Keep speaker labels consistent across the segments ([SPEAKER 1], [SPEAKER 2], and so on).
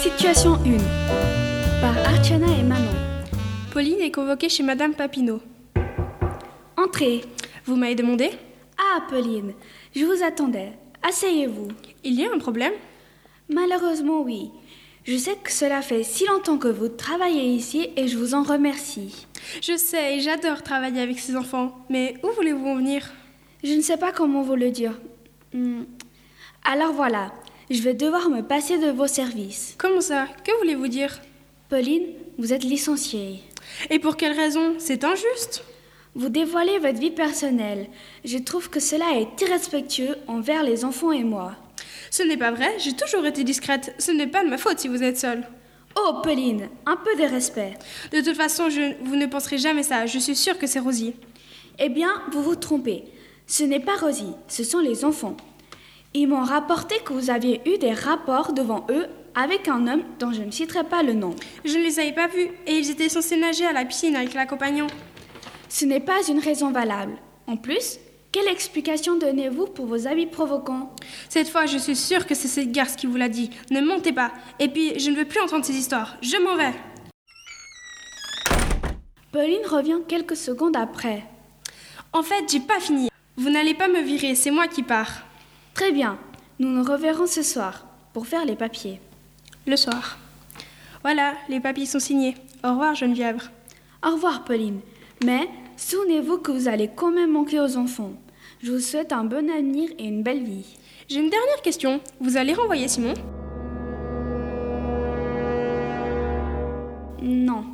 [SPEAKER 1] Situation 1 par Artiana et Manon.
[SPEAKER 2] Pauline est convoquée chez Madame Papineau.
[SPEAKER 1] Entrez.
[SPEAKER 2] Vous m'avez demandé
[SPEAKER 1] Ah, Pauline, je vous attendais. Asseyez-vous.
[SPEAKER 2] Il y a un problème
[SPEAKER 1] Malheureusement, oui. Je sais que cela fait si longtemps que vous travaillez ici et je vous en remercie.
[SPEAKER 2] Je sais, et j'adore travailler avec ces enfants. Mais où voulez-vous en venir
[SPEAKER 1] Je ne sais pas comment vous le dire. Hmm. Alors voilà, je vais devoir me passer de vos services.
[SPEAKER 2] Comment ça Que voulez-vous dire
[SPEAKER 1] Pauline, vous êtes licenciée.
[SPEAKER 2] Et pour quelle raison C'est injuste
[SPEAKER 1] Vous dévoilez votre vie personnelle. Je trouve que cela est irrespectueux envers les enfants et moi.
[SPEAKER 2] Ce n'est pas vrai, j'ai toujours été discrète. Ce n'est pas de ma faute si vous êtes seule.
[SPEAKER 1] Oh, Pauline, un peu de respect.
[SPEAKER 2] De toute façon, je- vous ne penserez jamais ça. Je suis sûre que c'est Rosie.
[SPEAKER 1] Eh bien, vous vous trompez. Ce n'est pas Rosie, ce sont les enfants. Ils m'ont rapporté que vous aviez eu des rapports devant eux avec un homme dont je ne citerai pas le nom.
[SPEAKER 2] Je ne les avais pas vus et ils étaient censés nager à la piscine avec l'accompagnant.
[SPEAKER 1] Ce n'est pas une raison valable. En plus, quelle explication donnez-vous pour vos habits provoquants
[SPEAKER 2] Cette fois, je suis sûre que c'est cette garce qui vous l'a dit. Ne mentez pas. Et puis, je ne veux plus entendre ces histoires. Je m'en vais.
[SPEAKER 1] Pauline revient quelques secondes après.
[SPEAKER 2] En fait, j'ai pas fini. Vous n'allez pas me virer, c'est moi qui pars.
[SPEAKER 1] Très bien, nous nous reverrons ce soir pour faire les papiers.
[SPEAKER 2] Le soir. Voilà, les papiers sont signés. Au revoir, Geneviève.
[SPEAKER 1] Au revoir, Pauline. Mais souvenez-vous que vous allez quand même manquer aux enfants. Je vous souhaite un bon avenir et une belle vie.
[SPEAKER 2] J'ai une dernière question. Vous allez renvoyer Simon
[SPEAKER 1] Non.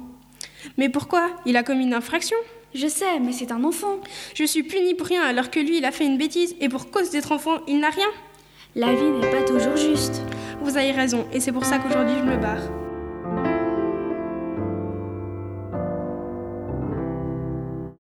[SPEAKER 2] Mais pourquoi Il a commis une infraction.
[SPEAKER 1] Je sais, mais c'est un enfant.
[SPEAKER 2] Je suis punie pour rien alors que lui, il a fait une bêtise et pour cause d'être enfant, il n'a rien.
[SPEAKER 1] La vie n'est pas toujours juste.
[SPEAKER 2] Vous avez raison et c'est pour ça qu'aujourd'hui, je me barre.